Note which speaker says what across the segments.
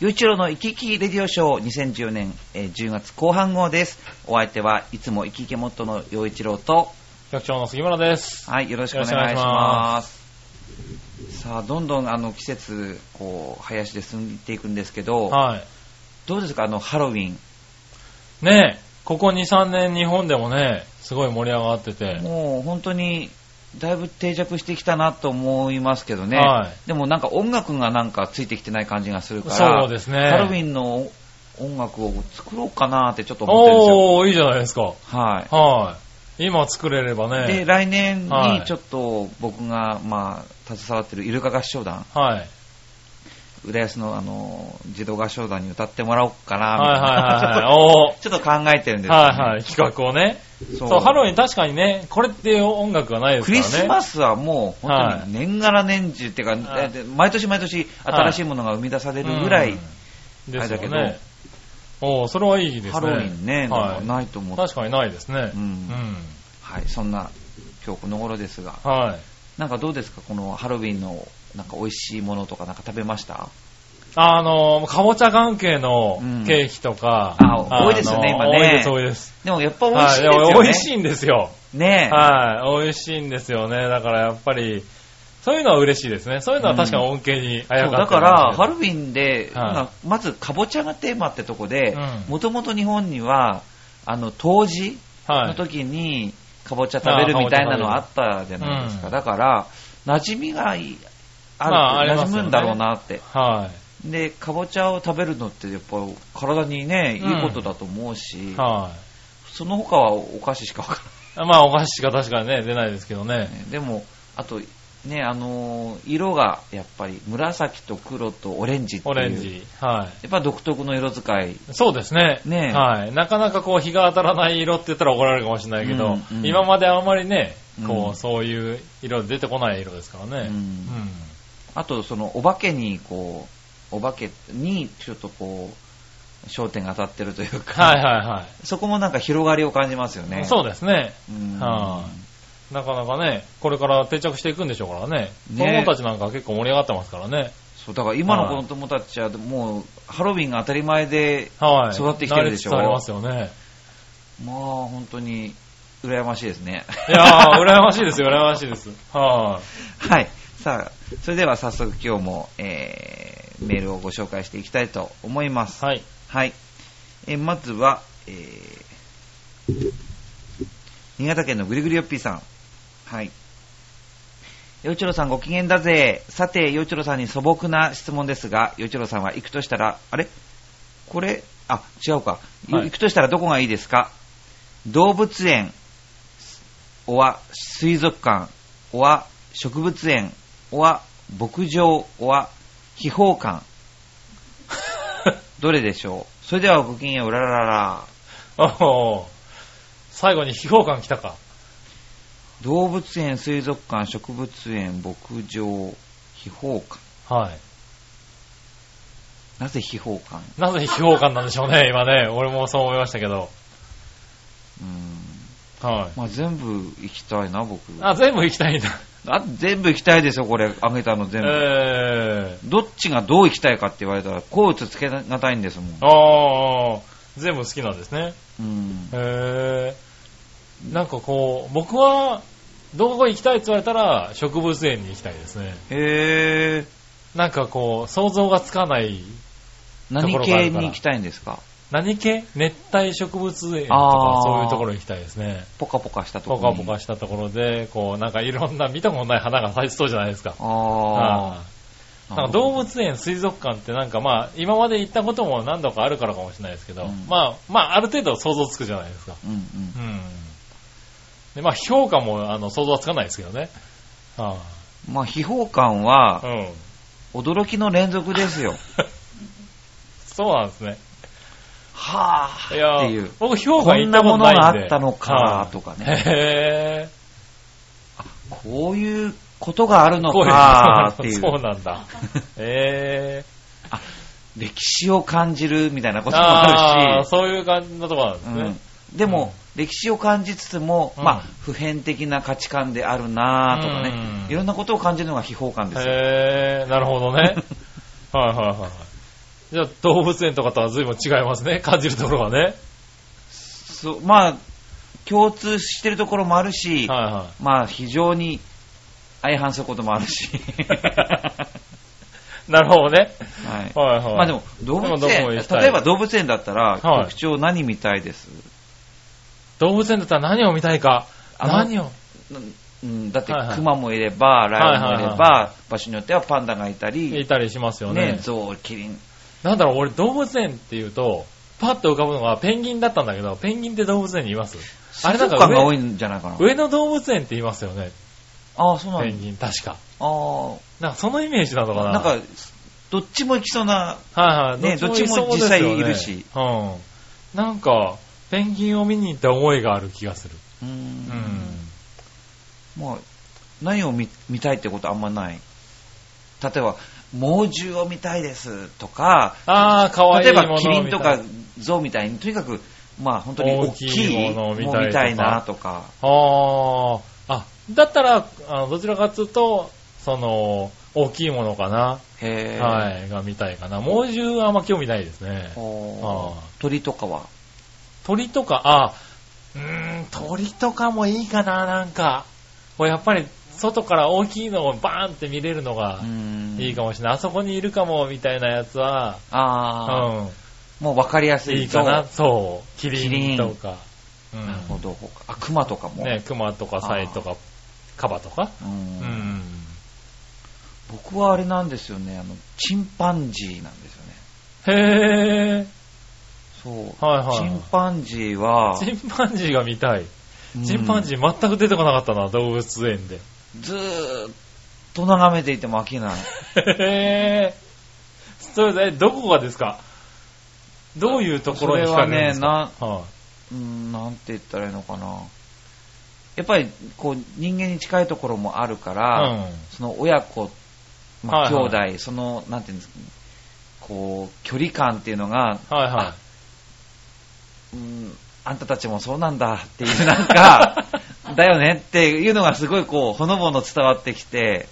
Speaker 1: ゆういちろうの生き生きレディオショー2014年、えー10月後半号です。お相手はいつも生き生きモットーのゆういちろうと、
Speaker 2: 局長の杉村です。
Speaker 1: はい、よろしくお願いし
Speaker 2: よろしくお願いしま
Speaker 1: ます。さあ、どんどんあの季節、こう、林で進んでいくんですけど、
Speaker 2: は
Speaker 1: どうですか、あの、ハロウィン。
Speaker 2: い。ねえ、ここ2、3年日本でもね、すごい盛り上がってて。
Speaker 1: もう本当に、だいぶ定着してきたなと思いますけどね。
Speaker 2: は
Speaker 1: でもなんか音楽がなんかついてきてない感じがするから、
Speaker 2: そうですね
Speaker 1: ハロウィンの音楽を作ろうかなってちょっと思ってるんですよ。
Speaker 2: おー、いいじゃないですか。
Speaker 1: はい。
Speaker 2: はい。今作れれば
Speaker 1: で、
Speaker 2: ね。
Speaker 1: 来年
Speaker 2: は
Speaker 1: に
Speaker 2: い
Speaker 1: ちょっと僕が、まあ、携わってるイルカ合唱団、
Speaker 2: はい。
Speaker 1: 浦安のあの、児童合唱団に歌ってもらおうか
Speaker 2: は
Speaker 1: な、
Speaker 2: い
Speaker 1: みたいな。
Speaker 2: はいはいはい。
Speaker 1: ちょっとちょっと考えてるんで
Speaker 2: おー。
Speaker 1: すよね、
Speaker 2: はいはい。企画をね。
Speaker 1: そう
Speaker 2: そう、ハロウィン確かにね、これっていう音楽がないです
Speaker 1: ク
Speaker 2: から
Speaker 1: リ
Speaker 2: ね。
Speaker 1: スマスはもう本
Speaker 2: は
Speaker 1: 当
Speaker 2: い
Speaker 1: に年がら年中っていうか、
Speaker 2: はい
Speaker 1: で毎年毎年新しいものが生み出されるぐらい、
Speaker 2: うんですよ
Speaker 1: あれだ
Speaker 2: ね。おー、それはいいですね。
Speaker 1: ハロウィンね、
Speaker 2: はい
Speaker 1: ないと思って、
Speaker 2: 確かにないですね。
Speaker 1: うんはい、そんな今日この頃ですが、
Speaker 2: うんはい。
Speaker 1: なんかどうですか、このハロウィンのなんか美味しいものとかなんか食べました
Speaker 2: あの、かぼちゃ関係の
Speaker 1: うん
Speaker 2: ケーキとか。
Speaker 1: あ多いですよね
Speaker 2: あの
Speaker 1: 今ね
Speaker 2: 多いです、多いです。
Speaker 1: でもやっぱ美味しい
Speaker 2: は
Speaker 1: ですよ
Speaker 2: い、
Speaker 1: ね。
Speaker 2: 美味しいんですよ。
Speaker 1: ねえ、
Speaker 2: はい、美味しいんですよね。だからやっぱり、そういうのは嬉しいですね。そういうのは確かに恩恵にあや
Speaker 1: そうだ
Speaker 2: かってる
Speaker 1: か
Speaker 2: んですけど
Speaker 1: ら、ハロウィンで、
Speaker 2: はい
Speaker 1: まあまず、かぼちゃがテーマってとこで
Speaker 2: う、ん
Speaker 1: もともと日本には、あの、冬至
Speaker 2: は
Speaker 1: の
Speaker 2: い。
Speaker 1: 時に、かぼちゃ食べるみたいなのあったじゃないですか。
Speaker 2: うん
Speaker 1: だから、馴染みがい
Speaker 2: まあ
Speaker 1: あ
Speaker 2: あ
Speaker 1: る、
Speaker 2: り
Speaker 1: 馴
Speaker 2: ます
Speaker 1: 染
Speaker 2: よね
Speaker 1: むんだろうなって。
Speaker 2: は
Speaker 1: で、かぼちゃを食べるのって、やっぱ、体にね、いいことだと思う
Speaker 2: い。
Speaker 1: し、
Speaker 2: はい。
Speaker 1: その他はお菓子しかわか
Speaker 2: まあ、お菓子しか確かにね、出ないですけどね
Speaker 1: ら。ない。でも、あと、ね、あのー色がやっぱり紫と黒とオレンジっていう
Speaker 2: オレンジ。は
Speaker 1: やっぱ独特の色使い
Speaker 2: い。そうですね。
Speaker 1: ねえ
Speaker 2: はい。なかなかこう、日が当たらない色って言ったら怒られるかもしれないけど、
Speaker 1: うんうん
Speaker 2: 今まであんまりね、こ
Speaker 1: うん
Speaker 2: う、そういう色出てこない色ですからね。
Speaker 1: うん
Speaker 2: うん
Speaker 1: あとそのお化けにこうお化けにちょっとこう焦点が当たってるというか、
Speaker 2: はいはいはい。
Speaker 1: そこもなんか広がりを感じますよね
Speaker 2: そうですね。
Speaker 1: うん
Speaker 2: はなかなかね、これから定着していくんでしょうからね。子
Speaker 1: ね
Speaker 2: 供たちなんか結構盛り上がってますからね。
Speaker 1: そうだから今の子供たちはもうハロウィンが当たり前で
Speaker 2: はい。
Speaker 1: 育ってきてるでしょ
Speaker 2: なりつつあ りますよね。
Speaker 1: まあ本当に羨ましいですね
Speaker 2: いやー、羨ましいですよ、羨ましいです。は
Speaker 1: はいさあそれでは早速今日も、えーメールをご紹介していきたいと思います
Speaker 2: い。はい。
Speaker 1: はい。えーまずは、えー新潟県のぐりぐりよっぴーさん。はい。よいちろさんご機嫌だぜ。さて、よいちろさんに素朴な質問ですが、よいちろさんは行くとしたら、あれこれ、あ、違うか。
Speaker 2: はい
Speaker 1: 行くとしたらどこがいいですか動物園、おは水族館、おは植物園、おは牧場、おは秘宝館。どれでしょうそれではごきげんよう、うらららら。
Speaker 2: おー最後に秘宝館来たか。
Speaker 1: 動物園、水族館、植物園、牧場、秘宝館。
Speaker 2: は
Speaker 1: なぜ秘宝館
Speaker 2: い。なぜ秘宝館なんでしょうね、 今ね。俺もそう思いましたけど。
Speaker 1: うーん。
Speaker 2: は
Speaker 1: まあ、全部行きたいな、僕。
Speaker 2: い。
Speaker 1: あ
Speaker 2: あ、全部行きたいんだ。
Speaker 1: 全部行きたいですよ、これ、あげたの全部。
Speaker 2: え
Speaker 1: どっちがどう行きたいかって言われたら、こう打つつけがたいんですもん
Speaker 2: ー。。あー、全部好きなんですね。
Speaker 1: うん。
Speaker 2: へーなんかこう、僕は、どこ行きたいって言われたら、植物園に行きたいですね。
Speaker 1: へえ。
Speaker 2: なんかこう、想像がつかない、
Speaker 1: 何系に行きたいんですか
Speaker 2: 何系熱帯植物園と
Speaker 1: あ
Speaker 2: か
Speaker 1: ー、
Speaker 2: そういうところに行きたいですね。
Speaker 1: ポカポカしたと
Speaker 2: ポ
Speaker 1: ころ
Speaker 2: カ
Speaker 1: に。
Speaker 2: ポカしたところで、こう、なんかいろんな見たことない花が咲いてそうじゃないですか。
Speaker 1: あ
Speaker 2: あ
Speaker 1: あ。
Speaker 2: ーなんか動物園、水族館ってなんかまあ、今まで行ったことも何度かあるからかもしれないですけど、
Speaker 1: うん
Speaker 2: まあ、まあ、ある程度想像つくじゃないですか。
Speaker 1: うんうん
Speaker 2: う。ん。で、まあ、評価も、あの、想像はつかないですけどね。は
Speaker 1: まあ、秘宝館
Speaker 2: あ、
Speaker 1: は、
Speaker 2: うん。
Speaker 1: 驚きの連続ですよ。
Speaker 2: そうなんですね。
Speaker 1: はぁ
Speaker 2: いや
Speaker 1: ーっていう。
Speaker 2: 僕、評価行ったことないんで。
Speaker 1: こんなものがあったのかとかね
Speaker 2: はいへ
Speaker 1: こういうことがある
Speaker 2: ぇ
Speaker 1: のかってい
Speaker 2: そう
Speaker 1: う。
Speaker 2: なんだ。 へ
Speaker 1: 歴史を感じるみたいなこ
Speaker 2: ぇ
Speaker 1: ともあ
Speaker 2: あ
Speaker 1: る
Speaker 2: ーそういう感じのところなんです
Speaker 1: し、
Speaker 2: ね。
Speaker 1: うん、でも、歴史を感じつつも、
Speaker 2: うん
Speaker 1: まあ、普遍的な価値観であるなとかね、
Speaker 2: うん
Speaker 1: いろんなことを感じるのが秘宝感ですよ。
Speaker 2: へぇなるほどね。はいはいはい。じゃあ、動物園とかとは随分違いますね。感じるところはね。
Speaker 1: そう、まあ、共通してるところもあるし、
Speaker 2: はいはい。
Speaker 1: まあ、非常に相反することもある し。
Speaker 2: なるほどね。
Speaker 1: はい。
Speaker 2: はいはい。
Speaker 1: まあでも、動物
Speaker 2: でも
Speaker 1: 園、
Speaker 2: どこ行きたい
Speaker 1: 例えば動物園だったら、
Speaker 2: はい
Speaker 1: 特徴何みたいです、
Speaker 2: 動物園だったら何を見たいか。
Speaker 1: あの
Speaker 2: 何を。
Speaker 1: うん、だって
Speaker 2: はいはい、
Speaker 1: 熊もいれば、ライオンもいれば、
Speaker 2: はいは
Speaker 1: 場所によってはパンダがいたり、
Speaker 2: いたりしますよね
Speaker 1: ね、。ゾウ、キリン。
Speaker 2: なんだろう、俺動物園っていうと、パッと浮かぶのがペンギンだったんだけど、ペンギンって動物園にいますあれなん
Speaker 1: 感が
Speaker 2: か
Speaker 1: 多いんじゃないかな。
Speaker 2: 上上野動物園って言いますよね。
Speaker 1: ああ、そうな
Speaker 2: ペ
Speaker 1: んだ。
Speaker 2: ンギン、確か。
Speaker 1: あ
Speaker 2: なんかそのイメージなのか
Speaker 1: あ、
Speaker 2: な。
Speaker 1: なん、か、どっちも行きそうな、
Speaker 2: はいはい。
Speaker 1: ね
Speaker 2: そうですよね
Speaker 1: どっちも実際いるし。
Speaker 2: うん。なんか、ペンギンを見に行った思いがある気がする。
Speaker 1: うーん
Speaker 2: うん。
Speaker 1: まあ、何を見見たいってことあんまない。例えば、猛獣を見たいですとか、
Speaker 2: ああ、かわいい
Speaker 1: 例え
Speaker 2: もの
Speaker 1: ば
Speaker 2: を見
Speaker 1: キ
Speaker 2: たい
Speaker 1: リンとかゾウみたいに、とにかく、まあ本当に大き
Speaker 2: 大き
Speaker 1: い
Speaker 2: いものを見たいと
Speaker 1: も
Speaker 2: か
Speaker 1: のを見たいなとか、
Speaker 2: ああ、あ、だったら、あどちらかというと、その、大きいものかな、
Speaker 1: へえ、
Speaker 2: はい、が見たいかな。猛獣はあんま興味ないですね。
Speaker 1: ほう
Speaker 2: あ
Speaker 1: 鳥とかは、
Speaker 2: 鳥とか、あ、うーん、鳥とかもいいかな、なんか。これやっぱり、外から大きいのをバーンって見れるのが
Speaker 1: うーん
Speaker 2: いいかもしれない。あそこにいるかも、みたいなやつは、
Speaker 1: ああ、
Speaker 2: う
Speaker 1: もう分かりやす
Speaker 2: ん、
Speaker 1: い
Speaker 2: いいかな、
Speaker 1: ゾ
Speaker 2: そう。キ
Speaker 1: キ
Speaker 2: リ
Speaker 1: リ
Speaker 2: ン
Speaker 1: ン
Speaker 2: とか。う
Speaker 1: ウ
Speaker 2: ん
Speaker 1: なるほど、あ熊とかも、
Speaker 2: ね、熊とか、サイとか、カバとか。
Speaker 1: う
Speaker 2: うんん。
Speaker 1: 僕はあれなんですよねあの、チンパンジーなんですよね。
Speaker 2: へー。
Speaker 1: そう、
Speaker 2: はいはい
Speaker 1: チンパンジーは、
Speaker 2: チンパンジーが見たい。
Speaker 1: うん
Speaker 2: チンパンジー全く出てこなかったな、動物園で。
Speaker 1: ずーっと眺めていても飽きない。
Speaker 2: へぇー。それで、どこがですかどういうところに惹かれるんですか
Speaker 1: そうん、なんて言ったらいいのかな。やっぱり、こう、人間に近いところもあるから、
Speaker 2: はい
Speaker 1: その親子、まあ、
Speaker 2: はい
Speaker 1: 兄
Speaker 2: はい
Speaker 1: 弟、その、なんていうんですか、こう、距離感っていうのが、
Speaker 2: うん。はいは
Speaker 1: うん、あんたたちもそうなんだっていう、なん か、だよねっていうのがすごい、こう、ほのぼの伝わってきて、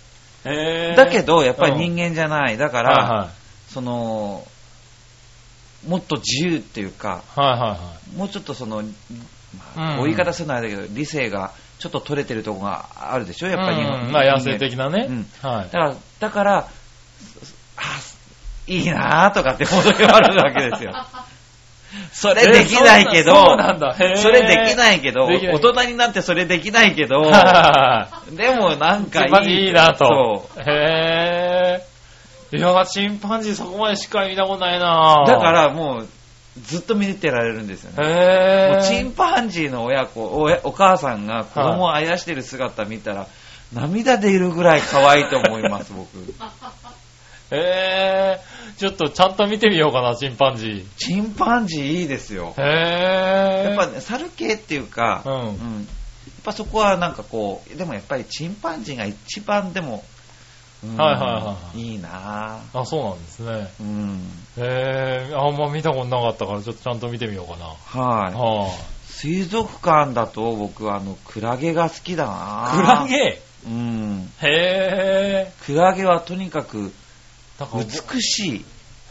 Speaker 2: い。へ
Speaker 1: だけど、やっぱり
Speaker 2: うん
Speaker 1: 人間じゃない。だか、
Speaker 2: からはい
Speaker 1: その、もっと自由っていうか、
Speaker 2: はい。はいは
Speaker 1: もうちょっとその、まあ
Speaker 2: うん
Speaker 1: こう言い方するのはあれだけど、理性がちょっと取れてるとこがあるでしょ、や
Speaker 2: い
Speaker 1: っ
Speaker 2: は
Speaker 1: ぱ
Speaker 2: い。
Speaker 1: り日
Speaker 2: う
Speaker 1: 本
Speaker 2: んまあ野生的なね。
Speaker 1: うん
Speaker 2: はい
Speaker 1: だ。から、だから、あいいなぁとかって思う時もあるわけ ですよ。それできないけど、
Speaker 2: えーそうなんだそうなんだへー
Speaker 1: それできないけど、
Speaker 2: できない
Speaker 1: 大人になってそれできないけ ど、
Speaker 2: は
Speaker 1: でもなん
Speaker 2: い。チ
Speaker 1: かい
Speaker 2: ンパンジ
Speaker 1: い。
Speaker 2: ーいいなと
Speaker 1: そ。
Speaker 2: へぇー。いや、チンパンジーそこまでしか見たことないな
Speaker 1: う。だか、らもう、ずっと見てられるんですよね。
Speaker 2: へ
Speaker 1: も
Speaker 2: ぇ
Speaker 1: う
Speaker 2: ー。
Speaker 1: チンパンジーの親子おやお母さんが子供をあやしてる姿見たら、涙出るぐらい可愛いと思います、 僕。
Speaker 2: へー。ちょっとちゃんと見てみようかな、チンパンジー。
Speaker 1: チンパンジーいいですよ。
Speaker 2: へー。
Speaker 1: やっぱ、ね、猿系っていうか、
Speaker 2: うん
Speaker 1: やっぱそこはなんかこう、でもやっぱりチンパンジーが一番でも、うん
Speaker 2: はいはいはいはい
Speaker 1: いなぁ。
Speaker 2: あ、そうなんですね。
Speaker 1: うん。
Speaker 2: へー。あんま見たことなかったから、ちょっとちゃんと見てみようかな。
Speaker 1: は。
Speaker 2: はい
Speaker 1: 水族館だと僕はあの、クラゲが好きだな
Speaker 2: クラゲ
Speaker 1: うん。
Speaker 2: へ
Speaker 1: クラゲはとにかく
Speaker 2: ー。なんか、
Speaker 1: 美しい、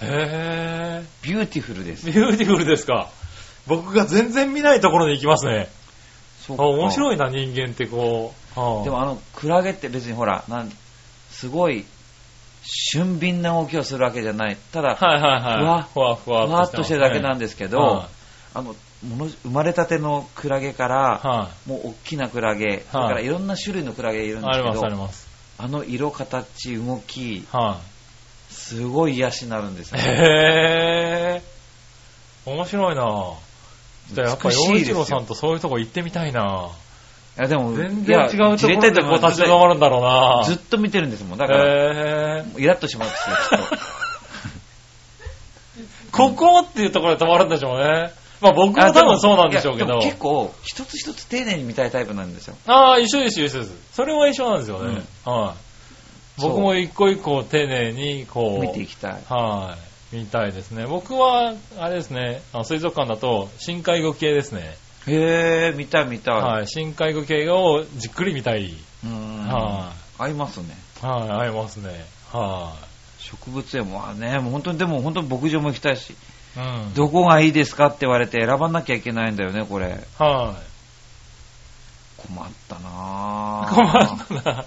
Speaker 2: へー。
Speaker 1: ビューティフルです。
Speaker 2: ビューティフルですか。僕が全然見ないところに行きますね。
Speaker 1: そう
Speaker 2: あ、面白
Speaker 1: い。
Speaker 2: いな、人間ってこう。はあ
Speaker 1: でもあの、クラゲって別にほら、なんすごい、俊敏な動きをするわけじゃない。ただ、
Speaker 2: はいはいはい。
Speaker 1: ふわ
Speaker 2: ふわふわ
Speaker 1: ふわっとしてるだけなんですけど、
Speaker 2: はい
Speaker 1: あのもの生まれたてのクラゲから、
Speaker 2: は
Speaker 1: もう大きなクラゲ、それからいろんな種類のクラゲいる
Speaker 2: い。
Speaker 1: んで
Speaker 2: あ
Speaker 1: す
Speaker 2: り
Speaker 1: け
Speaker 2: ま
Speaker 1: ど、
Speaker 2: すあり
Speaker 1: あ
Speaker 2: ます。
Speaker 1: の色、形、動き、
Speaker 2: は
Speaker 1: すごい癒しになるんです
Speaker 2: い。
Speaker 1: よ。
Speaker 2: へー。面白いなじゃあやっぱ
Speaker 1: 美しい
Speaker 2: 洋
Speaker 1: です
Speaker 2: 一
Speaker 1: よ
Speaker 2: 郎さんとそういうとこ行ってみたいない
Speaker 1: やでも
Speaker 2: 全
Speaker 1: いや
Speaker 2: 然違うとこ
Speaker 1: 自衛
Speaker 2: ろ
Speaker 1: 隊
Speaker 2: で
Speaker 1: と
Speaker 2: こう
Speaker 1: か
Speaker 2: 立ち止まるんだろうな
Speaker 1: ずっと見てるんですもん。だから、
Speaker 2: へー。
Speaker 1: もうイラッとしますよ、きっと。
Speaker 2: ここっていうところで止まるんでしょうね。まあ 僕も多分そうなんでしょうけ
Speaker 1: いや
Speaker 2: ど
Speaker 1: も。結構、一つ一つ丁寧に見たいタイプなんですよ。
Speaker 2: ああ、一緒です、一緒です。それは一緒なんですよね。はい。
Speaker 1: そう
Speaker 2: 僕も一個一個丁寧にこう。
Speaker 1: 見ていきたい。
Speaker 2: はい。見たいですね。僕は、あれですね、あの水族館だと深海魚系ですね。
Speaker 1: へー、見たい見たい。
Speaker 2: はい。深海魚系をじっくり見たい。
Speaker 1: うーん
Speaker 2: は
Speaker 1: 合いますね。
Speaker 2: い。はい、合いますね。は
Speaker 1: 植物園も、まあね、もう本当に、でも本当に牧場も行きたいし、
Speaker 2: うん。
Speaker 1: どこがいいですかって言われて選ばなきゃいけないんだよね、これ。
Speaker 2: は。
Speaker 1: 困ったないぁ
Speaker 2: 困ったな。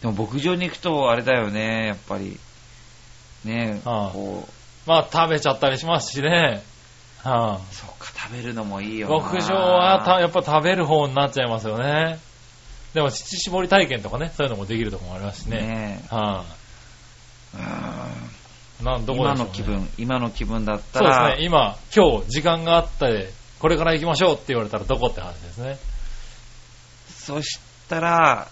Speaker 1: でも牧場に行くと、あれだよね、やっぱり。ね
Speaker 2: ああ
Speaker 1: こ
Speaker 2: まあ、食べちゃったりしますしね。は
Speaker 1: う、そっか、食べるのもいい
Speaker 2: い。
Speaker 1: よな
Speaker 2: 牧場はた、やっぱ食べる方になっちゃいますよね。でも、乳搾り体験とかね、そういうのもできるとこもありますしね。
Speaker 1: ね
Speaker 2: は
Speaker 1: えうん
Speaker 2: い。なん、どこでし
Speaker 1: 今
Speaker 2: ょうね
Speaker 1: の気分、今の気分だった
Speaker 2: そうです
Speaker 1: ら、
Speaker 2: ね、今、今日、時間があって、これから行きましょうって言われたらどこって話ですね。
Speaker 1: そしたら、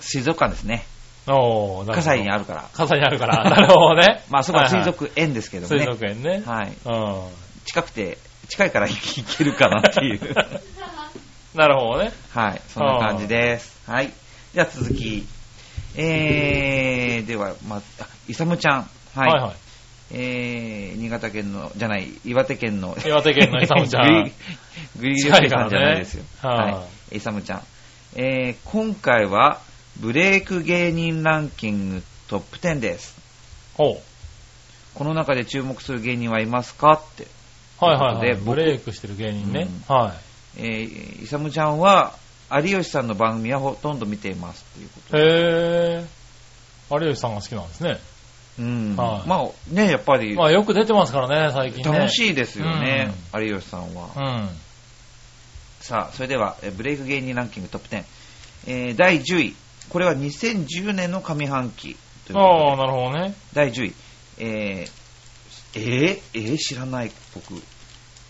Speaker 1: 水族館ですね。
Speaker 2: おー、なるほど
Speaker 1: 葛西にあるから。
Speaker 2: 火災にあるから。 なるほどね。
Speaker 1: まあ、あそこは水
Speaker 2: はいはい
Speaker 1: 族園ですけど
Speaker 2: 水
Speaker 1: ね。
Speaker 2: 族園ね。
Speaker 1: はい。
Speaker 2: う
Speaker 1: 近くて、近いから行けるかなっていう。
Speaker 2: ん。 なるほどね。
Speaker 1: はい。そんな感じです。はい。じゃあ続き。えー、では、まあ、あイサムちゃん。はい。
Speaker 2: はいはい。
Speaker 1: えー、新潟県の、じゃない、岩手県の。
Speaker 2: 岩手県のイサムちゃ
Speaker 1: グ
Speaker 2: ん
Speaker 1: リグリグリおじさんじゃないですよ。
Speaker 2: 近いからねは
Speaker 1: はい。イサムちゃん。えー、今回は、ブレイク芸人ランキングトップ10です。
Speaker 2: ほ
Speaker 1: この中で注目する芸人はいますかって。
Speaker 2: う。はいはいは
Speaker 1: で
Speaker 2: い。
Speaker 1: 僕
Speaker 2: ブレイクしてる芸人ね。
Speaker 1: う
Speaker 2: は
Speaker 1: えー、イサムちゃんは、有吉さんの番組はほとんど見ていますっていうこと
Speaker 2: い。へー。有吉さんが好きなんですね。
Speaker 1: うん。
Speaker 2: はい
Speaker 1: まあ、ね、やっぱり、
Speaker 2: まあよく出てますからね、最近ね。
Speaker 1: 楽
Speaker 2: い。
Speaker 1: しいですよね、有吉さんは。
Speaker 2: うん。
Speaker 1: さあ、それでは、えブレイク芸人ランキングトップ10。えー第10位。これは2010年の上半期という
Speaker 2: あ
Speaker 1: ことで。
Speaker 2: あ、なるほどね。
Speaker 1: 第10位。えー、えーえー知らない、僕。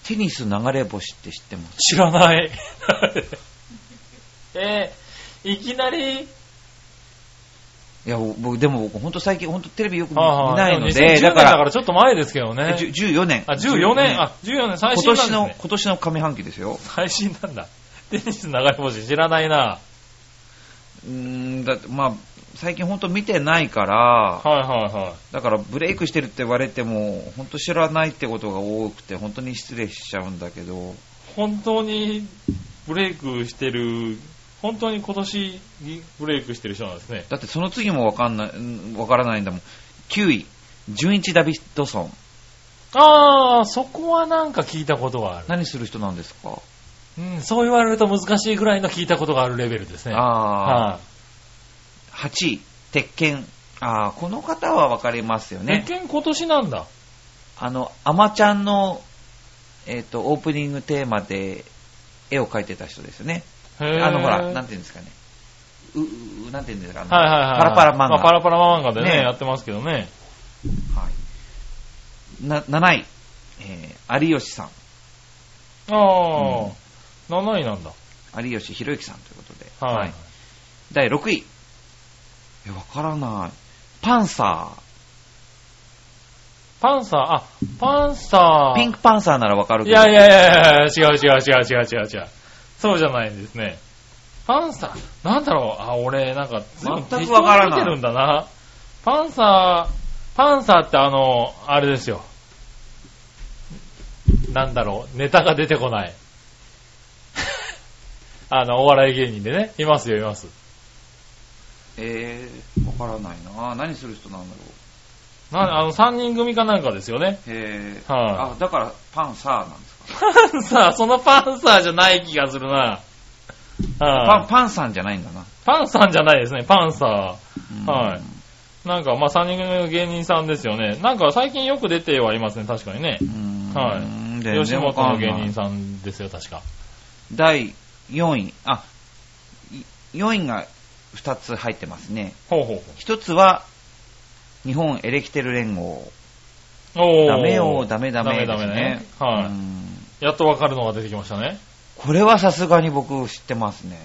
Speaker 1: テニス流れ星って知ってます
Speaker 2: 知らない。 えー、いきなり、
Speaker 1: いや、僕、でも僕、ほんと最近、ほんとテレビよく見
Speaker 2: ああ
Speaker 1: 見ないの
Speaker 2: 2010
Speaker 1: で、
Speaker 2: 年だ
Speaker 1: だ
Speaker 2: か、
Speaker 1: からら、
Speaker 2: ちょっと前ですけどね。
Speaker 1: じゅ14年。
Speaker 2: あ、14年、あ、14年、最
Speaker 1: 今
Speaker 2: 新なん
Speaker 1: 年
Speaker 2: ですね
Speaker 1: の、今年の上半期ですよ。
Speaker 2: 最新なんだ。 テニス流れ星知らないな。
Speaker 1: うーん、だって、まあ、最近ほんと見てないから、
Speaker 2: はいはいはい。
Speaker 1: だからブレイクしてるって言われても、本当知らないってことが多くて、本当に失礼しちゃうんだけど、
Speaker 2: 本当にブレイクしてる、本当に今年ブレイクしてる人なんですね。
Speaker 1: だってその次もわかんない、うんわからないんだもん。9位、純一ダビッドソン。
Speaker 2: あー、そこはなんか聞いたことがある。
Speaker 1: 何する人なんですか、
Speaker 2: うん、そう言われると難しいぐらいの聞いたことがあるレベルですね。
Speaker 1: ああ、
Speaker 2: は
Speaker 1: 8位、鉄拳。ああ、この方はわかりますよ
Speaker 2: い。
Speaker 1: ね
Speaker 2: 鉄。拳今年なんだ。
Speaker 1: あの、アマちゃんの、えっ、と、オープニングテーマで絵を描いてた人ですよね。
Speaker 2: へー
Speaker 1: あの、ほら、なんていうんですかね。う、う、なんていうんですか、あの
Speaker 2: はいはいはい。
Speaker 1: パラパラ漫画。
Speaker 2: まあパラパラ漫画でね、
Speaker 1: ね
Speaker 2: やってますけどね。
Speaker 1: はい。な、7位、えー、有吉さん。
Speaker 2: あー、7位なんだ。
Speaker 1: 有吉弘行さんということで。
Speaker 2: はい。
Speaker 1: 第6位。え、わからない。パンサ
Speaker 2: パンサー、あ、パンサ
Speaker 1: ー。
Speaker 2: ー。
Speaker 1: ピンクパンサーならわかる
Speaker 2: い
Speaker 1: けど。
Speaker 2: やいやいやいや、違う違う違う違う違う違う。そうじゃないんですね。パンサー、なんだろう、あ、俺、なんか、
Speaker 1: 全くわからない
Speaker 2: 適当に見てるんだな。パンサー、パンサーってあの、あれですよ。なんだろう、ネタが出てこない。 あの、お笑い芸人でね、いますよ、います。
Speaker 1: えー、わからないな。何する人なんだろ
Speaker 2: なあの、3人組かなんかですよね。
Speaker 1: う。へー。
Speaker 2: は
Speaker 1: あ、だからパンサーなんですか。
Speaker 2: パンサー、そのパンサーじゃない気がするな。
Speaker 1: パン、
Speaker 2: はい
Speaker 1: パンさんじゃないんだな。
Speaker 2: パンさんじゃないですね、パンサー。
Speaker 1: うん
Speaker 2: はいなんか、まあ、3人組の芸人さんですよね。なんか、最近よく出てはいますね、確かにね。
Speaker 1: うーん
Speaker 2: はい
Speaker 1: 全然
Speaker 2: 吉本
Speaker 1: わか
Speaker 2: の
Speaker 1: ん
Speaker 2: 芸
Speaker 1: ない
Speaker 2: 人さんですよ、確か。
Speaker 1: 第4位。あ、い4位が2つ入ってますね。
Speaker 2: ほうほう
Speaker 1: 一つは、日本エレキテル連合。
Speaker 2: ほう。おー
Speaker 1: ダメよ、ダメダメですね。
Speaker 2: ダメダメね。は
Speaker 1: うん
Speaker 2: い。やっとわかるのが出てきましたね。
Speaker 1: これはさすがに僕知ってますね。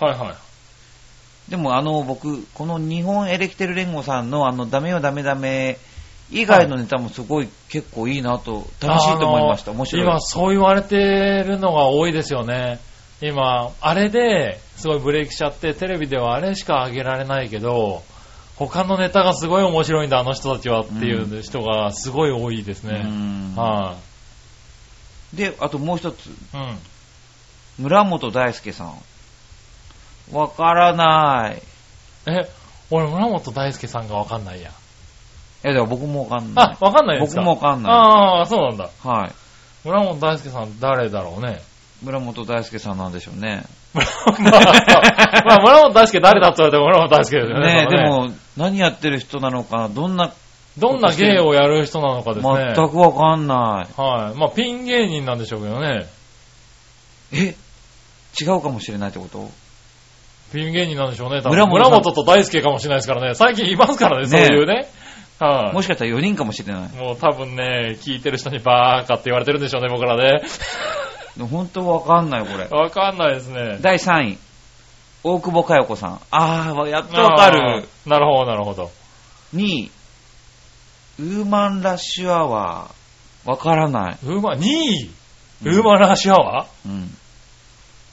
Speaker 2: はいはい。
Speaker 1: でもあの僕、この日本エレキテル連合さんのあのダメよダメダメ以外のネタもすごい結構いいなと、楽しいと思いました。
Speaker 2: あの
Speaker 1: 面白い。
Speaker 2: 今、そう言われてるのが多いですよね。今、あれですごいブレイクしちゃって、テレビではあれしか上げられないけど、他のネタがすごい面白いんだ、あの人たちはっていう人がすごい多いです
Speaker 1: う
Speaker 2: ね。
Speaker 1: ん
Speaker 2: は
Speaker 1: で、あともう一つ、
Speaker 2: い。うん。
Speaker 1: 村本大輔さん。わからない。
Speaker 2: え、俺村本大輔さんがわかんないや。
Speaker 1: や、でも僕もわかんな
Speaker 2: あ、
Speaker 1: い。
Speaker 2: わかんないですか
Speaker 1: 僕もわかんない。
Speaker 2: ああ、そうなんだ。
Speaker 1: はい。
Speaker 2: 村本大輔さん誰だろう ね。
Speaker 1: 村本大輔さんなんでしょうね。
Speaker 2: まあ、 まあ村本大輔誰だって言われても村本大輔ですよね。
Speaker 1: ねえ、で、も、何やってる人なのかな、どんな、
Speaker 2: どんな芸をやる人なのかですね。
Speaker 1: 全くわかんな
Speaker 2: はい。まあ、ピン芸人なんでしょうけどね。
Speaker 1: い。え違うかもしれないってこと
Speaker 2: ピン芸人なんでしょうね。多分
Speaker 1: 村
Speaker 2: 村
Speaker 1: 本さん
Speaker 2: 本と大輔かもしれないですからね。最近いますからね、そ
Speaker 1: ね
Speaker 2: ういうね。はい、
Speaker 1: もしかしたら4人かもしれない。
Speaker 2: もう多分ね、聞いてる人にバーカって言われてるんでしょうね、僕らね。
Speaker 1: 本当わかんない、これ。
Speaker 2: わかんないですね。
Speaker 1: 第3位。大久保佳代子さん。あー、やっとわかる。
Speaker 2: あー。なるほど、なるほど。
Speaker 1: 2位。ウーマンラッシュアワー。わからない。
Speaker 2: ウーマン、2位ウーマンラッシュアワ
Speaker 1: うん。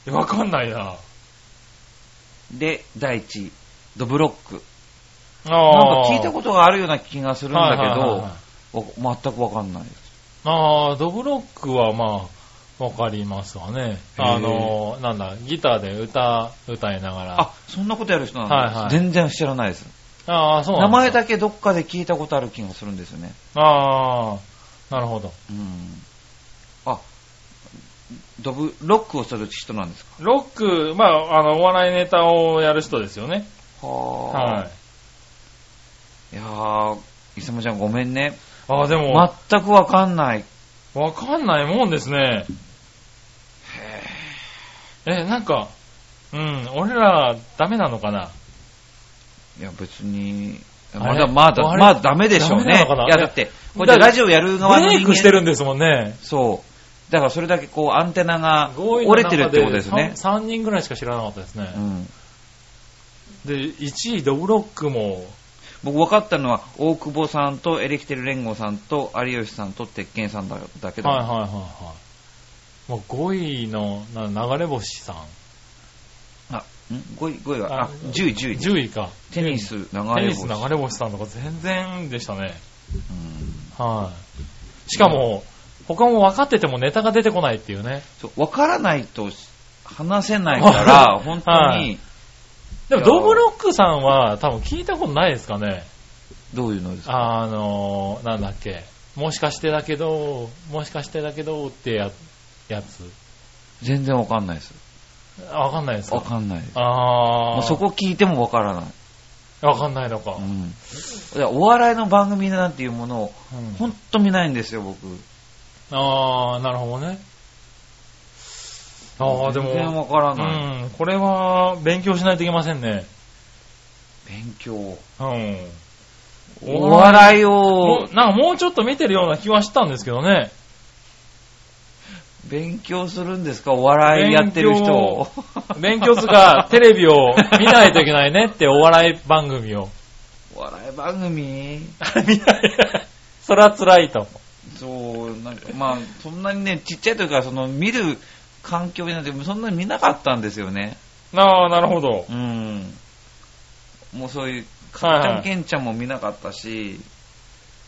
Speaker 2: ーわかんないな。
Speaker 1: で、第1位。ドブロック。なん
Speaker 2: あ
Speaker 1: か聞いた
Speaker 2: こ
Speaker 1: ことがあるような気がするんだけ
Speaker 2: はいはいはい
Speaker 1: ど
Speaker 2: はい、
Speaker 1: わ全くわかんないです。
Speaker 2: とああ、ドブロックはまあ、わかりますわね。
Speaker 1: へー
Speaker 2: あの、なんだ、ギターで歌、歌いながら。
Speaker 1: あ、そんなことやる人なんだ。
Speaker 2: はいはい
Speaker 1: 全然知らないです。
Speaker 2: ああ、そうな
Speaker 1: 名
Speaker 2: んだ
Speaker 1: 前だけどっかで聞いたことある気がするんですよね。
Speaker 2: ああ、なるほど。
Speaker 1: うん。あ、ドブ、ロックをする人なんですか
Speaker 2: ロック、まあ、あの、お笑いネタをやる人ですよね。
Speaker 1: はあ。
Speaker 2: はい。
Speaker 1: いやー、いさまちゃんごめんね。
Speaker 2: ああ、でも、わ、
Speaker 1: 全くわかんない。
Speaker 2: かんないもんですね。え、なんか、うん、俺ら、ダメなのかない
Speaker 1: や、別に、
Speaker 2: あ
Speaker 1: ま
Speaker 2: れ
Speaker 1: だま
Speaker 2: あ
Speaker 1: だ、
Speaker 2: れ
Speaker 1: まだダメでしょうね。
Speaker 2: ダメなのかない
Speaker 1: や、だって、これでラジオやる
Speaker 2: ブ
Speaker 1: 側の
Speaker 2: レイ
Speaker 1: 人
Speaker 2: クして
Speaker 1: 間。
Speaker 2: るんですもんね。
Speaker 1: そう。だからそれだけこう、アンテナが
Speaker 2: 5位の
Speaker 1: 折れて
Speaker 2: 中
Speaker 1: るってことですね。
Speaker 2: 3人ぐらいしか知らなかったですね
Speaker 1: う。ん。
Speaker 2: で、1位ドブロックも、
Speaker 1: 僕分かったのは、大久保さんとエレキテル連合さんと有吉さんと鉄拳さんだだけど、
Speaker 2: はいはいはいはい。もう5位のな流れ星さん。
Speaker 1: あ、ん ?5 位、5位は、
Speaker 2: あ
Speaker 1: あ、10位、10位。
Speaker 2: 10位か。
Speaker 1: テニス、流れ
Speaker 2: テニ
Speaker 1: 星。
Speaker 2: ス流れ星さんとか全然でしたね。
Speaker 1: うん
Speaker 2: はい。しかも、他も分かっててもネタが出てこないっていうね。
Speaker 1: そう分からないと話せないから、本当
Speaker 2: はい
Speaker 1: に、
Speaker 2: でも、ドブロックさんは多分聞いたことないですかね。
Speaker 1: どういうのですか
Speaker 2: あの、なんだっけ。もしかしてだけど、もしかしてだけどってややつ。
Speaker 1: 全然わかんないです。
Speaker 2: わかんないです
Speaker 1: わ
Speaker 2: か
Speaker 1: かんないです。
Speaker 2: あ
Speaker 1: もう
Speaker 2: ー。
Speaker 1: そこ聞いてもわからない。
Speaker 2: わかんないのか。
Speaker 1: うん。いやお笑いの番組なんていうものを、
Speaker 2: うん
Speaker 1: ほんと見ないんですよ、僕。
Speaker 2: あー、なるほどね。あー、で
Speaker 1: 全然
Speaker 2: も、
Speaker 1: わからない。
Speaker 2: うん、これは勉強しないといけませんね。
Speaker 1: 勉強。
Speaker 2: うん。
Speaker 1: お笑いを
Speaker 2: もうなんかもうちょっと見てるような気はしたんですけどね。
Speaker 1: 勉強するんですか、お笑いやってる人を。
Speaker 2: 勉強とか、テレビを見ないといけないねって、お笑い番 組を。
Speaker 1: お笑い番組
Speaker 2: 見ない。それは辛いと。
Speaker 1: そう、なんかまあ、そんなにね、ちっちゃい時からその見る環境になって、そんなに見なかったんですよね。
Speaker 2: ああ、なるほど。
Speaker 1: うん。もうそういう、
Speaker 2: はい
Speaker 1: か
Speaker 2: は
Speaker 1: っ
Speaker 2: い
Speaker 1: ちゃんけんちゃんも見なかったし、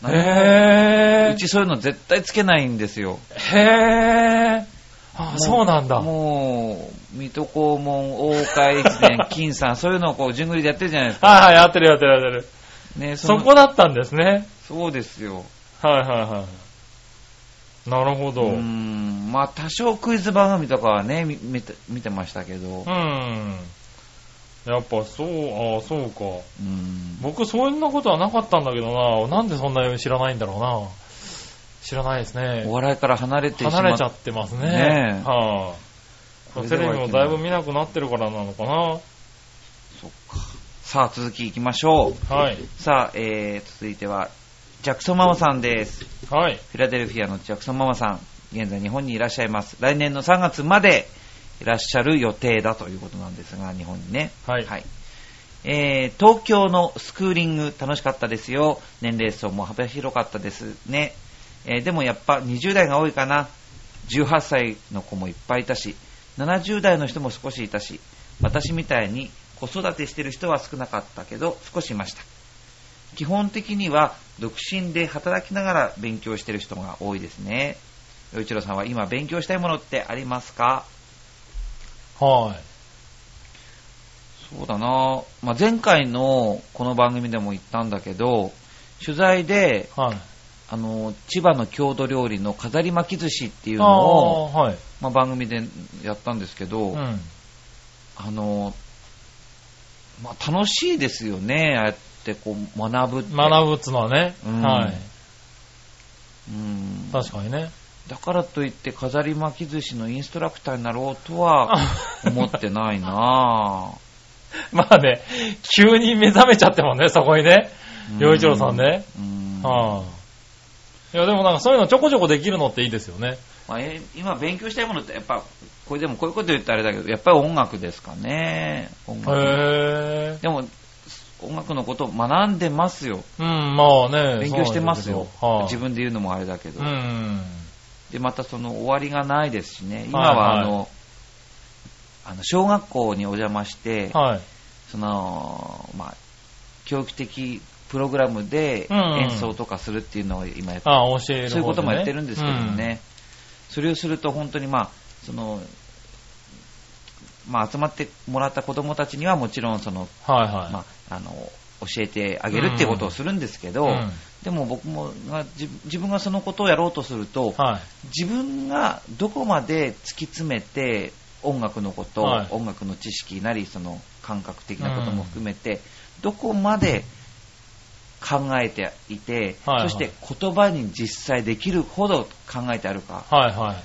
Speaker 1: 何も
Speaker 2: へ
Speaker 1: う
Speaker 2: え。
Speaker 1: ちそういうの絶対つけないんですよ。
Speaker 2: へえ。あ
Speaker 1: も
Speaker 2: あ、そうなんだ。はい
Speaker 1: もう、水戸黄門、大海 戦、金さん、そういうのをこう、順繰りでやってるじゃないですか。
Speaker 2: はい、やってるやってるやってる。
Speaker 1: ね、
Speaker 2: そ
Speaker 1: の
Speaker 2: こだったんですね。
Speaker 1: そうですよ。
Speaker 2: はいはいはい。なるほ
Speaker 1: う
Speaker 2: ど。うん。
Speaker 1: ん。まあ、多少クイズ番組とかはね、み見て見てましたけど。
Speaker 2: やっぱそう、ああ、そうか。
Speaker 1: うん。
Speaker 2: 僕、そんなことはなかったんだけどな。なんでそんなに知らないんだろうな。知らないですね
Speaker 1: お。笑いから離れてしまっ
Speaker 2: 離れちゃってますね。
Speaker 1: ねえ
Speaker 2: は
Speaker 1: こ
Speaker 2: い。
Speaker 1: れで
Speaker 2: テ
Speaker 1: は
Speaker 2: レ
Speaker 1: いけない
Speaker 2: ビもだいぶ見なくなってるからなのかな。
Speaker 1: そっか。さあ、続きいきましょう。
Speaker 2: はい。
Speaker 1: さあ、えー、続いては、ジャクソンママさんです。
Speaker 2: はい。
Speaker 1: フィラデルフィアのジャクソンママさん、現在日本にいらっしゃいます。来年の3月までいらっしゃる予定だということなんですが、日本にね。
Speaker 2: はい
Speaker 1: えー東京のスクーリング楽しかったですよ。年齢層も幅広かったですね。えーでもやっぱ20代が多いかな。18歳の子もいっぱいいたし、70代の人も少しいたし、私みたいに子育てしてる人は少なかったけど、少しいました。基本的には独身で働きながら勉強してる人が多いですね。与一郎さんは今勉強したいものってありますか
Speaker 2: はい。
Speaker 1: そうだな、まあ、前回のこの番組でも言ったんだけど、取材で、
Speaker 2: はい。
Speaker 1: あの、千葉の郷土料理の飾り巻き寿司っていう
Speaker 2: あ
Speaker 1: のを、
Speaker 2: あ、はい。
Speaker 1: まあ、番組でやったんですけど、
Speaker 2: うん。
Speaker 1: あの、まあ、楽しいですよね、ああやってこう学ぶって。
Speaker 2: 学ぶっつのはね、
Speaker 1: うん
Speaker 2: はい。
Speaker 1: うん
Speaker 2: 確かにね。
Speaker 1: だからといって飾り巻き寿司のインストラクターになろうとは思ってないなぁ。
Speaker 2: まあね、急に目覚めちゃってもね、そこにね。
Speaker 1: うん
Speaker 2: 洋一郎さんね。
Speaker 1: うん
Speaker 2: はあ。いや、でもなんかそういうのちょこちょこできるのっていいですよね。
Speaker 1: まあえ今勉強したいものってやっぱ、これでもこういうこと言ったらあれだけど、やっぱり音楽ですかね。音楽。
Speaker 2: へえ。
Speaker 1: でも、音楽のことを学んでますよ。
Speaker 2: うん、まあね。
Speaker 1: 勉強してますよ。
Speaker 2: そうなんです
Speaker 1: 自
Speaker 2: よ
Speaker 1: 分で言うのもあれだけど。
Speaker 2: はい。うん。
Speaker 1: で、またその終わりがないですしね。今
Speaker 2: はい
Speaker 1: は
Speaker 2: はい
Speaker 1: あの、あの小学校にお邪魔して、
Speaker 2: はい。
Speaker 1: その、まあ、教育的プログラムで
Speaker 2: うんうん
Speaker 1: 演奏とかするっていうのを今やっ
Speaker 2: ああ、教える、ね。
Speaker 1: そういうこともやってるんですけどね、それをすると本当にまあ、その、まあ、集まってもらった子供たちにはもちろんその、
Speaker 2: うん。はいはい。
Speaker 1: まあ、あの、教えてあげるっていうことをするんですけど、
Speaker 2: うん
Speaker 1: でも僕もが自自分がそのことをやろうとすると、
Speaker 2: はい。
Speaker 1: 自分がどこまで突き詰めて音楽のこと、
Speaker 2: はい
Speaker 1: 音楽の知識なりその感覚的なことも含めて、どこまで考えていて、
Speaker 2: はいはい
Speaker 1: そして言葉に実際できるほど考えてあるか
Speaker 2: はいはい。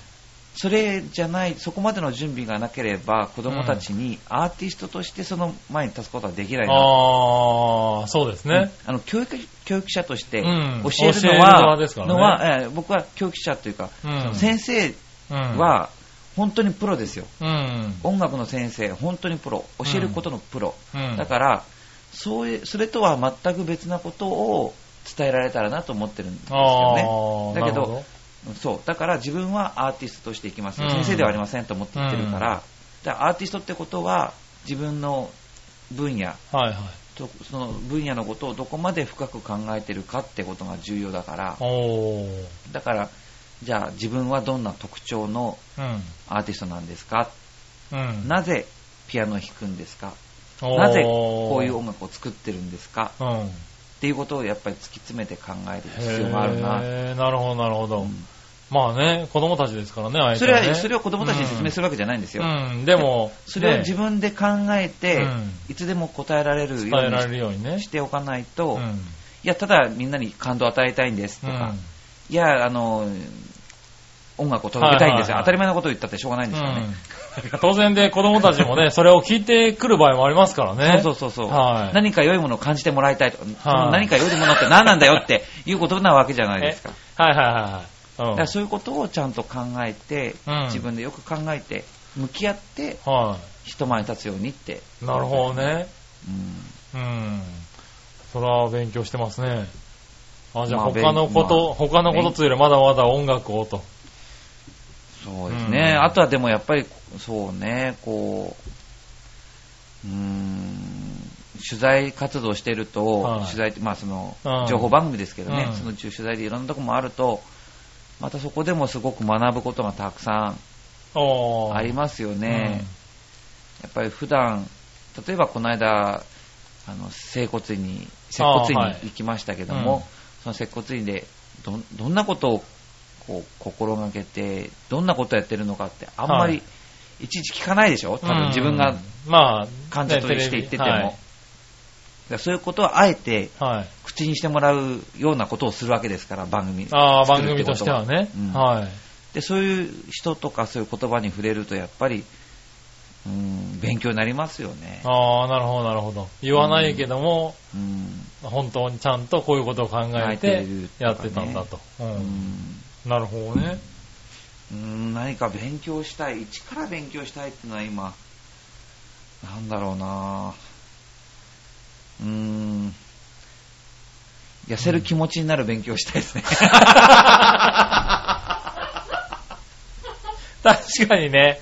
Speaker 1: それじゃないそこまでの準備がなければ子供たちにアーティストとしてその前に立つことはできないな
Speaker 2: ああ、そうですね。
Speaker 1: あの教育教育者として教
Speaker 2: うん
Speaker 1: える
Speaker 2: 教え
Speaker 1: の
Speaker 2: る
Speaker 1: は,、
Speaker 2: 側ですからね
Speaker 1: のはえー僕は教育者というか、
Speaker 2: うん
Speaker 1: その先生
Speaker 2: うん、
Speaker 1: は本当にプロですよ、
Speaker 2: うん。
Speaker 1: 音楽の先生、本当にプロ、教えることのプロ、
Speaker 2: うん
Speaker 1: だからそういう、それとは全く別なことを伝えられたらなと思ってるんですよね。
Speaker 2: あー
Speaker 1: だけど
Speaker 2: なるほ
Speaker 1: そうだから自分はアーティストとしていきます、
Speaker 2: うん
Speaker 1: 先生ではありませんと思って言ってるから、
Speaker 2: う
Speaker 1: だからアーティストってことは自分の分野
Speaker 2: どはいはい。
Speaker 1: とその分野のことをどこまで深く考えてるかってことが重要だから
Speaker 2: おー。
Speaker 1: だからじゃあ自分はどんな特徴の
Speaker 2: うん。
Speaker 1: アーティストなんですか
Speaker 2: うん。
Speaker 1: なぜピアノを弾くんですか
Speaker 2: おー
Speaker 1: なぜこういう音楽を作ってるんですか
Speaker 2: うん。
Speaker 1: っていうことをやっぱり突き詰めて考える必要があるな。
Speaker 2: へーなるほど、なるほど。
Speaker 1: うん
Speaker 2: まあね、子供たちですからね、相
Speaker 1: そ
Speaker 2: 手
Speaker 1: れ
Speaker 2: は、ね。
Speaker 1: は、それを子供たちに説明するわけじゃないんですよ。
Speaker 2: うん、うん、でも、
Speaker 1: それを
Speaker 2: ね
Speaker 1: 自分で考えて、
Speaker 2: うん
Speaker 1: いつでも答えられるように
Speaker 2: 伝えられるようにね。
Speaker 1: しておかないと、
Speaker 2: う
Speaker 1: い
Speaker 2: ん。
Speaker 1: や、ただみんなに感動を与えたいんですと
Speaker 2: う
Speaker 1: か、
Speaker 2: ん
Speaker 1: いや、あの、音楽を届けたいんですよ。
Speaker 2: はいはいはい
Speaker 1: 当たり前のことを言ったってしょうがないんですよね。
Speaker 2: うん当然で子供たちもね、それを聞いてくる場合もありますからね。
Speaker 1: そうそうそうそう、
Speaker 2: はい
Speaker 1: 何か良いものを感じてもらいたいと、その何か良いものって何なんだよっていうことなわけじゃないですか。
Speaker 2: えはいはいはい
Speaker 1: だ
Speaker 2: はい。
Speaker 1: か
Speaker 2: う
Speaker 1: らそういうことをちゃんと考えて、
Speaker 2: うん
Speaker 1: 自分でよく考えて、向き合って、
Speaker 2: ん。は
Speaker 1: 人前に立つようにって。
Speaker 2: い。なるほどね。
Speaker 1: うん
Speaker 2: うん。それは勉強してますね。あ、じゃあ
Speaker 1: まあ
Speaker 2: 他のこと、
Speaker 1: 勉
Speaker 2: 他のことというよりまだまだ音楽をと。
Speaker 1: そうですね、
Speaker 2: うん
Speaker 1: あとはでもやっぱり、そうね、こう、うーん、取材活動してると、
Speaker 2: はい
Speaker 1: 取材って、まあその
Speaker 2: うん、
Speaker 1: 情報番組ですけどね、
Speaker 2: うん
Speaker 1: その取材でいろんなとこもあると、またそこでもすごく学ぶことがたくさ
Speaker 2: お
Speaker 1: ん
Speaker 2: ー
Speaker 1: ありますよね。やっぱり普段、例えばこの間、あの、整骨院に、接骨院
Speaker 2: あーはい
Speaker 1: に行きましたけども、
Speaker 2: うん
Speaker 1: その接骨院でどん、どんなことをこう心がけて、どんなことをやってるのかって、あんま
Speaker 2: は
Speaker 1: り
Speaker 2: い
Speaker 1: いちいち聞かないでしょ多
Speaker 2: うん
Speaker 1: 分自分が、
Speaker 2: まあ、
Speaker 1: 患者として行ってても。
Speaker 2: ね
Speaker 1: だからそういうことはあえて
Speaker 2: テレビはい。はい
Speaker 1: 口にしてもらうようなことをするわけですから、番組。
Speaker 2: ああ、
Speaker 1: 作
Speaker 2: 番
Speaker 1: るって
Speaker 2: 組
Speaker 1: こと
Speaker 2: してはね
Speaker 1: う。ん
Speaker 2: はい。
Speaker 1: で、そういう人とかそういう言葉に触れると、やっぱり、うん、勉強になりますよね。
Speaker 2: ああ、なるほど、なるほど。言わないけども、
Speaker 1: うん
Speaker 2: 本当にちゃんとこういうことを考え
Speaker 1: 考えて
Speaker 2: て
Speaker 1: るとかね
Speaker 2: やってたんだと。
Speaker 1: う
Speaker 2: うん
Speaker 1: ん
Speaker 2: なるほど ね。
Speaker 1: うん何か勉強したい、一から勉強したいっていうのは今、なんだろうなうーん、痩せる気持ちになる勉強したいですね。
Speaker 2: 確かにね。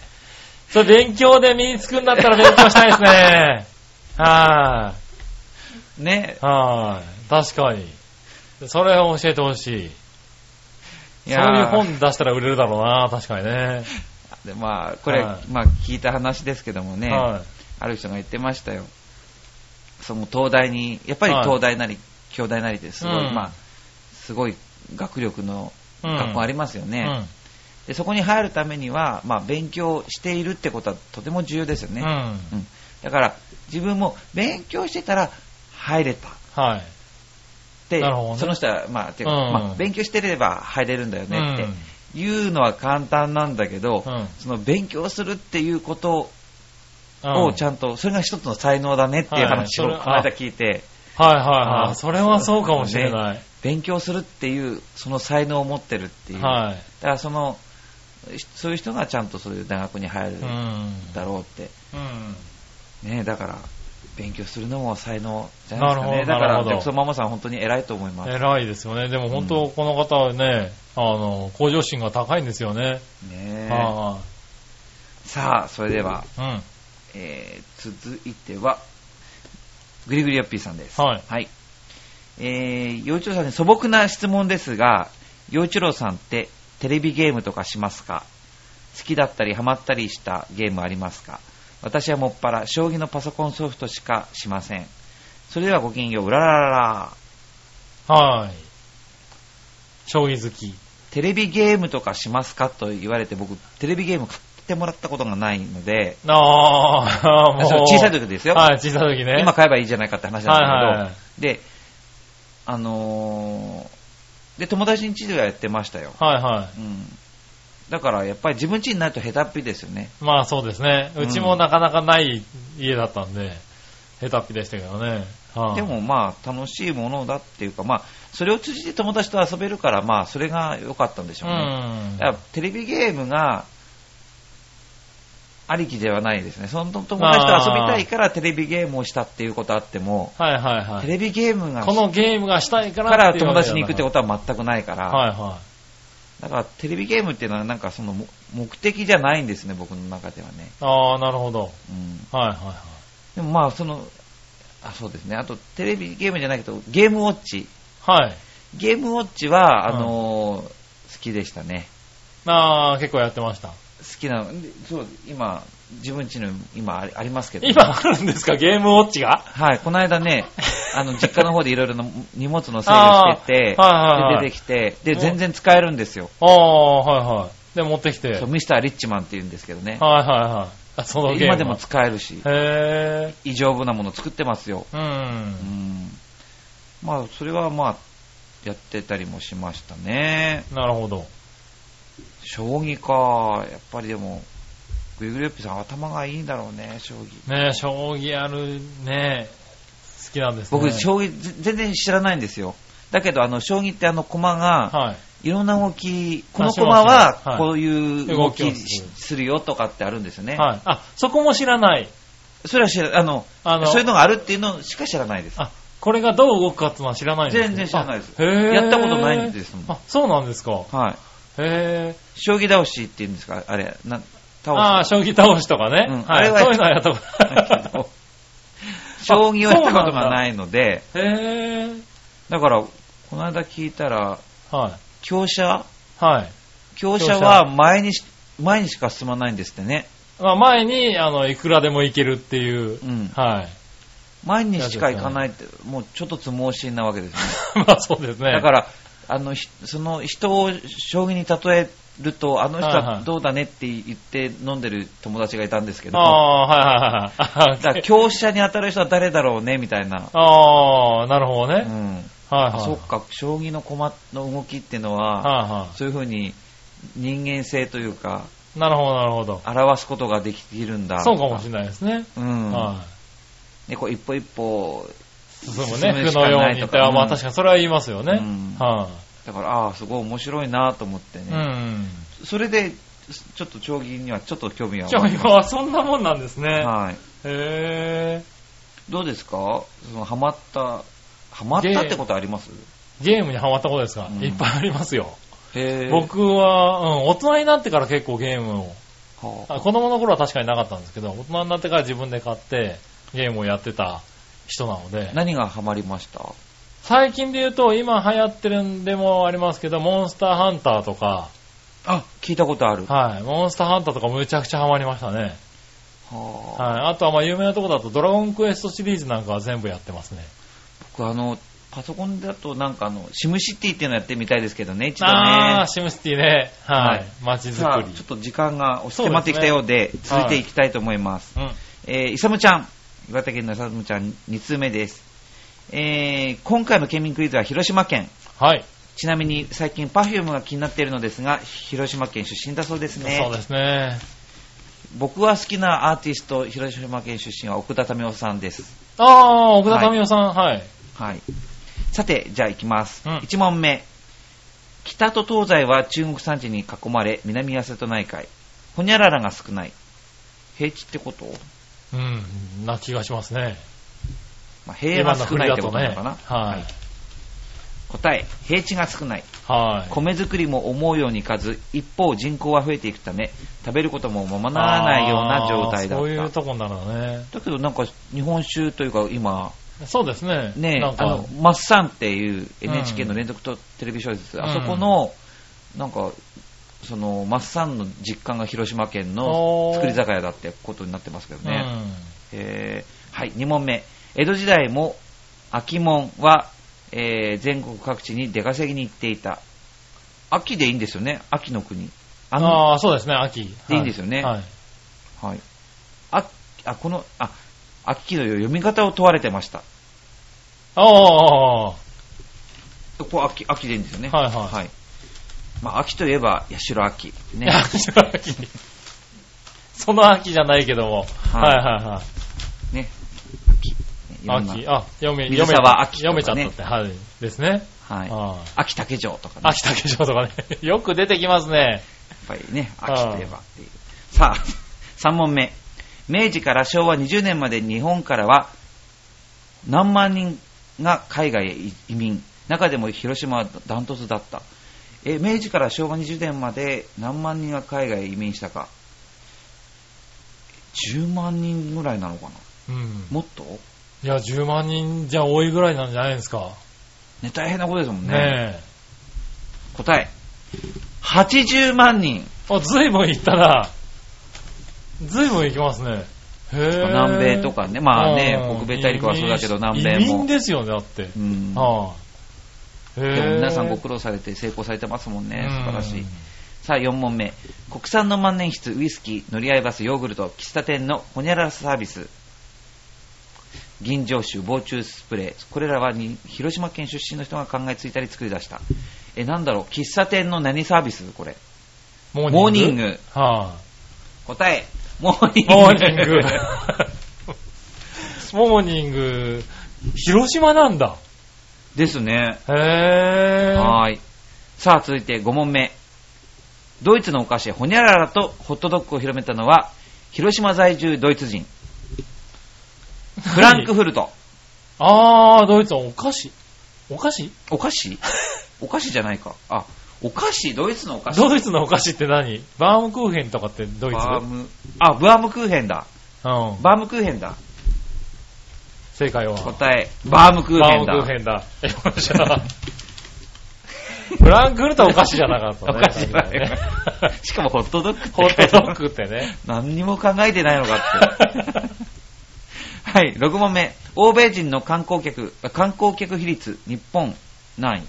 Speaker 2: それ勉強で身につくんだったら勉強したいです ね。は
Speaker 1: ね
Speaker 2: い。。はい。確かに。それを教えてほしい。
Speaker 1: い
Speaker 2: そう
Speaker 1: や
Speaker 2: いう
Speaker 1: ー
Speaker 2: 本出したら売れるだろうな、確かにね。
Speaker 1: でまあ、これ、
Speaker 2: はい
Speaker 1: まあ、聞いた話ですけどもね、
Speaker 2: は
Speaker 1: ある人が言ってましたよ。その東大に、やっぱり東大なり、兄弟なりですごい、
Speaker 2: うん
Speaker 1: まあ、すごい学力の
Speaker 2: うん
Speaker 1: 学校ありますよね、でそこに入るためには、まあ、勉強しているってことはとても重要ですよ
Speaker 2: う
Speaker 1: ね、
Speaker 2: ん。うん。
Speaker 1: うんだから自分も勉強してたら入れたっ
Speaker 2: はい。
Speaker 1: て、
Speaker 2: なるほどね
Speaker 1: その人は、まあていうか
Speaker 2: うん
Speaker 1: まあ、勉強してれば入れるんだよねって、
Speaker 2: うん
Speaker 1: 言うのは簡単なんだけど、
Speaker 2: うん
Speaker 1: その勉強するっていうことをちゃ
Speaker 2: ん
Speaker 1: んと、それが一つの才能だねっていう話を
Speaker 2: は
Speaker 1: こ
Speaker 2: いそれ
Speaker 1: の間聞いて、
Speaker 2: はいはいは
Speaker 1: あ
Speaker 2: い。それはそうかもしれない。
Speaker 1: 勉強するっていうその才能を持ってるっていう、だ
Speaker 2: は
Speaker 1: からそのそういう人がちゃんとそういう大学に入る
Speaker 2: い。うん。
Speaker 1: だろうって、
Speaker 2: うん。
Speaker 1: ね、だから勉強するのも才能じゃないですかね
Speaker 2: なるほど
Speaker 1: だか
Speaker 2: な
Speaker 1: ら
Speaker 2: るほど
Speaker 1: ジャクソンママさん本当に偉いと思います、
Speaker 2: 偉いですよね。でも本当、この方はね、あの、向上心が高いんですよね。
Speaker 1: ね
Speaker 2: は
Speaker 1: さあそれでは、
Speaker 2: いはい。
Speaker 1: えー続いてはグリグリヨッピーさんです
Speaker 2: はい
Speaker 1: えー、幼稚郎さんに素朴な質問ですが幼稚郎さんってテレビゲームとかしますか好きだったりハマったりしたゲームありますか私はもっぱら将棋のパソコンソフトしかしませんそれではごきげんよううらららら
Speaker 2: うん。はい。将棋好き。
Speaker 1: テレビゲームとかしますかと言われて僕テレビゲーム買ってもらったことがないので
Speaker 2: ああ、もう。
Speaker 1: そう小さい時ですよ、
Speaker 2: はい、小さい時ね。
Speaker 1: 今買えばいいじゃないかって話なんだけど、
Speaker 2: はいはいはい
Speaker 1: で、あのーで、友達ん家ではやってましたよ。
Speaker 2: はいは
Speaker 1: うん。だから、やっぱり自分家になると下手っぴですよね。
Speaker 2: い。まあそうですね。
Speaker 1: うん
Speaker 2: うちもなかなかない家だったんで、下手っぴでしたけどね。はい
Speaker 1: でもまあ、楽しいものだっていうか、まあ、それを通じて友達と遊べるから、まあ、それが良かったんでし
Speaker 2: う
Speaker 1: ょうね。
Speaker 2: ん。
Speaker 1: だからテレビゲームが、ありきではないですね。その友達と遊びたいからテレビゲームをしたっていうことあっても、
Speaker 2: はいはいは
Speaker 1: テ
Speaker 2: い。
Speaker 1: レビゲームが、
Speaker 2: このゲームがしたいから
Speaker 1: か
Speaker 2: っ
Speaker 1: ら
Speaker 2: ていう
Speaker 1: 友
Speaker 2: わけじ
Speaker 1: 達
Speaker 2: ゃ
Speaker 1: に
Speaker 2: な
Speaker 1: 行く
Speaker 2: い
Speaker 1: ってことは全くないから、
Speaker 2: はいは
Speaker 1: だからテレビゲームっていうのはなんかそのも目的じゃないんですね、僕の中ではね。
Speaker 2: い。ああ、なるほど。
Speaker 1: うん、
Speaker 2: はいはいはい。
Speaker 1: でもまあその、あ、そうですね。あとテレビゲームじゃないけど、ゲームウォッチ。
Speaker 2: はい。
Speaker 1: ゲームウォッチは、
Speaker 2: うん
Speaker 1: あのー好きでしたね。
Speaker 2: ああ、結構やってました。
Speaker 1: 好きな、でそう、今、自分家の今ありありますけど、
Speaker 2: 今あるんですかゲームウォッチが
Speaker 1: はい、この間 ね、あの、実家の方でいろいろな荷物の整理をしてて、
Speaker 2: あーはいはいはい
Speaker 1: で出てきて、で、全然使えるんですよ。
Speaker 2: ああ、はいはい。で、持ってきて。はい
Speaker 1: そう
Speaker 2: はい
Speaker 1: ミスター・リッチマンって言うんですけどね。
Speaker 2: はい。あそのゲーム。
Speaker 1: 今でも使えるし、
Speaker 2: へえ。
Speaker 1: 異常なもの作ってますよ。
Speaker 2: う。
Speaker 1: うんんまあ、それはまあ、やってたりもしましたね。
Speaker 2: なるほど。
Speaker 1: 将棋か、やっぱりでも、グリグリヨッピさん頭がいいんだろうね、将棋。
Speaker 2: ねえ、将棋やるね好きなんですね。
Speaker 1: 僕、将棋ぜ全然知らないんですよ。だけど、あの、将棋ってあの、駒が、
Speaker 2: はい。
Speaker 1: いろんな動き、この
Speaker 2: し
Speaker 1: 駒
Speaker 2: ますね
Speaker 1: は
Speaker 2: はい、
Speaker 1: こういう動
Speaker 2: 動き
Speaker 1: き
Speaker 2: をする
Speaker 1: しするよとかってあるんですよね。
Speaker 2: はい。あ、そこも知らない。
Speaker 1: それは知ら、あの、
Speaker 2: あの
Speaker 1: そういうのがあるっていうのしか知らないです。
Speaker 2: あ、これがどう動くかっていうのは知らないんですね
Speaker 1: 全然知らないです
Speaker 2: あへえ。
Speaker 1: やったことないんですもん
Speaker 2: あ、そうなんですか。
Speaker 1: はい。
Speaker 2: へえ。
Speaker 1: 将棋倒しっていうんですか、あれ、な、倒す。
Speaker 2: ああ、将棋倒しとかね。
Speaker 1: うんあ
Speaker 2: は
Speaker 1: れ
Speaker 2: い。
Speaker 1: は
Speaker 2: そういうのはやったこ
Speaker 1: だけ
Speaker 2: と
Speaker 1: ど 将棋をしたことがないので、
Speaker 2: へえ。
Speaker 1: だから、この間聞いたら、
Speaker 2: は
Speaker 1: 強者
Speaker 2: い。はい。
Speaker 1: 強者は前にし、前にしか進まないんですってね。
Speaker 2: まあ、前に、あの、いくらでもいけるっていう。
Speaker 1: うん
Speaker 2: はい。
Speaker 1: 前にしか行かないって、もうちょっとつ盲信なわけですね。
Speaker 2: まあ、そうですね。
Speaker 1: だから、あの、ひその人を将棋に例えると、あの人
Speaker 2: はいは
Speaker 1: はいどうだねって言って飲んでる友達がいたんですけど、
Speaker 2: ああ、はいはいはいは
Speaker 1: だ
Speaker 2: い。
Speaker 1: から強者に当たる人は誰だろうね、みたいな。
Speaker 2: ああ、なるほど
Speaker 1: う
Speaker 2: ね。
Speaker 1: ん。あ
Speaker 2: はいはい。
Speaker 1: そっか、将棋の駒の動きっていうのは、
Speaker 2: はいは
Speaker 1: そういうふうに人間性というか、
Speaker 2: い。なるほど、なるほど。
Speaker 1: 表すことができるんだ。
Speaker 2: そうかもしれないですね。
Speaker 1: れない。うん。
Speaker 2: は
Speaker 1: で、こう一歩一歩、
Speaker 2: い。進む
Speaker 1: 進
Speaker 2: ね。
Speaker 1: む
Speaker 2: 服
Speaker 1: しか
Speaker 2: のよ
Speaker 1: な
Speaker 2: う
Speaker 1: い
Speaker 2: に
Speaker 1: と
Speaker 2: っ
Speaker 1: か
Speaker 2: て、あ
Speaker 1: うん
Speaker 2: まあ確かにそれは言いますよね。
Speaker 1: うん
Speaker 2: は
Speaker 1: だから、ああ、すごい面白いなと思って
Speaker 2: い。う
Speaker 1: ね。
Speaker 2: ん。
Speaker 1: それで、ちょっと将棋にはちょっと興味は
Speaker 2: じゃあ、
Speaker 1: 湧きました
Speaker 2: 今はそんなもんなんですね。
Speaker 1: はい。
Speaker 2: へえ。
Speaker 1: どうですかそのハマった、ハマったってことあります
Speaker 2: ゲームにハマったことですか
Speaker 1: うん
Speaker 2: いっぱいありますよ。
Speaker 1: へ
Speaker 2: 僕は、うん、大人になってから結構ゲームを
Speaker 1: はあ
Speaker 2: あ子供の頃は確かになかったんですけど、大人になってから自分で買ってゲームをやってた人なので、
Speaker 1: 何がハマりました
Speaker 2: 最近で言うと今流行ってるんでもありますけど、モンスターハンターとか、
Speaker 1: あ、聞いたことある。は
Speaker 2: はい、モンスターハンターとかむちゃくちゃハマりましたね。
Speaker 1: あ
Speaker 2: はい、あとはまあ有名なとこだとドラゴンクエストシリーズなんかは全部やってますね。
Speaker 1: 僕あの、パソコンだとなんかあの、シムシティっていうのやってみたいですけどね、一度
Speaker 2: あ
Speaker 1: ね
Speaker 2: あ、。シムシティね。は
Speaker 1: はい
Speaker 2: い。街づ
Speaker 1: さ
Speaker 2: く
Speaker 1: あ、
Speaker 2: り。
Speaker 1: ちょっと時間が押し迫ってきたようで、
Speaker 2: すね
Speaker 1: 続いていきたいと思います。
Speaker 2: うん。
Speaker 1: えー、イサムちゃん。岩手県のイサムちゃん2通目です。えー、今回の県民クイズは広島県。
Speaker 2: はい。
Speaker 1: ちなみに最近 Perfume が気になっているのですが、広島県出身だそうですね。
Speaker 2: そうですね。
Speaker 1: 僕は好きなアーティスト、広島県出身は奥田民生さんです。
Speaker 2: ああ、奥田民生さん、はい。
Speaker 1: はい。さて、じゃあ行きます。
Speaker 2: うん
Speaker 1: 1問目。北と東西は中国山地に囲まれ、南は瀬戸内海。ほにゃららが少ない。平地ってこと、
Speaker 2: うん、な気がしますね。
Speaker 1: まあ、平は
Speaker 2: 今の
Speaker 1: 少
Speaker 2: 振
Speaker 1: ない
Speaker 2: り
Speaker 1: っ
Speaker 2: だ
Speaker 1: て
Speaker 2: と
Speaker 1: ことなの
Speaker 2: ね。
Speaker 1: かな、
Speaker 2: はい。
Speaker 1: 答え、平地が少ない。
Speaker 2: はい。
Speaker 1: 米作りも思うようにいかず、一方人口は増えていくため、食べることもままならないような状態だ
Speaker 2: あーそうい
Speaker 1: っ
Speaker 2: うとこになるのね。
Speaker 1: た。だけどなんか日本酒というか今、
Speaker 2: そうですね。
Speaker 1: ね
Speaker 2: なん
Speaker 1: あ
Speaker 2: か
Speaker 1: の、、マッサンっていう NHK の連続とテレビ小説、
Speaker 2: うん
Speaker 1: あそこの、なんか、その、マッサンの実感が広島県の
Speaker 2: おー
Speaker 1: 作り酒屋だってことになってますけど
Speaker 2: う
Speaker 1: ね。
Speaker 2: ん。
Speaker 1: えーはい、2問目。江戸時代も、秋門は、えー全国各地に出稼ぎに行っていた。秋でいいんですよね、秋の国。あの、
Speaker 2: ああ、そうですね、秋。
Speaker 1: でいいんですよね
Speaker 2: はい。
Speaker 1: はい。あ、あ、この、あ、秋の読み方を問われてました。
Speaker 2: ああ、は
Speaker 1: ここ秋、秋でいいんですよね。
Speaker 2: いは
Speaker 1: はい。まあ、秋といえば、八代秋。
Speaker 2: い。
Speaker 1: ね
Speaker 2: い。 や秋の秋。その秋じゃないけども。はいはいはい。
Speaker 1: ね。秋。ねいろんな
Speaker 2: 秋、あ、読め、
Speaker 1: 水
Speaker 2: 読め
Speaker 1: 沢
Speaker 2: た、
Speaker 1: 秋とか
Speaker 2: 読
Speaker 1: ね
Speaker 2: めちゃったって、はい、ですね。
Speaker 1: はい。
Speaker 2: あ
Speaker 1: 秋竹城とか
Speaker 2: あ
Speaker 1: ね。やっ
Speaker 2: 秋竹城とかね。 よく出てきますね。
Speaker 1: ぱりね、秋といえばっていう。さあ、3問 目。明治から昭和20年まで日本からは何万人が海外へ移民。中でも広島はダントツだった。え、明治から昭和20年まで何万人が海外へ移民したか。10万人ぐらいなのかな
Speaker 2: うん。
Speaker 1: もっと
Speaker 2: いや、10万人じゃ多いぐらいなんじゃないですか。
Speaker 1: ね、大変なことですもん
Speaker 2: ね
Speaker 1: 答え。80万人。
Speaker 2: え。あ、ずいぶん行ったな。ずいぶん行きますね。へえ。
Speaker 1: 南米とかね。まあね
Speaker 2: う、ん
Speaker 1: 北米大陸はそうだけど、
Speaker 2: 移
Speaker 1: 南
Speaker 2: 民
Speaker 1: 米
Speaker 2: 移民
Speaker 1: も。
Speaker 2: ですよね、だって。
Speaker 1: うん。
Speaker 2: ああ。へ
Speaker 1: で
Speaker 2: え
Speaker 1: も。皆さんご苦労されて成功されてますもんね。素晴らし
Speaker 2: う
Speaker 1: い
Speaker 2: ん。
Speaker 1: さあ、4問目。国産の万年筆、ウイスキー、乗り合いバス、ヨーグルト、喫茶店のホニャララサービス。銀醸酒、防虫スプレー。これらはに広島県出身の人が考えついたり作り出した。え、なんだろう、喫茶店の何サービスこれ。
Speaker 2: モ
Speaker 1: モー
Speaker 2: ー
Speaker 1: ニ
Speaker 2: ニ
Speaker 1: ン
Speaker 2: ング。
Speaker 1: グ。
Speaker 2: は
Speaker 1: 答え。モーニン
Speaker 2: い。
Speaker 1: グ。
Speaker 2: モーニング。 モーニング。広島なんだ。
Speaker 1: ですね。
Speaker 2: へぇー。
Speaker 1: はーい。さあ、続いて5問目。ドイツのお菓子、ホニャララとホットドッグを広めたのは、広島在住ドイツ人、フランクフルト。
Speaker 2: あー、ドイツはお菓子。お菓子
Speaker 1: お菓子お菓子じゃないか。あ、お菓子、ドイツのお菓子。
Speaker 2: ドイツのお菓子って何バームクーヘンとかってドイツ
Speaker 1: バーム、あ、バームクーヘンだ。
Speaker 2: うん。
Speaker 1: バームクーヘンだ。
Speaker 2: 正解は。
Speaker 1: 答え、バームクーヘンだ。
Speaker 2: バームクーヘンだ。 よっしゃ。フランクフルトはお菓子じゃなかったね。
Speaker 1: お菓子じゃない
Speaker 2: ね
Speaker 1: しかもホットドッグって
Speaker 2: ホットドッグって ね。
Speaker 1: 何にも考えてないのかって。はい、6問目。欧米人の観光客、あ観光客比率、日本、何位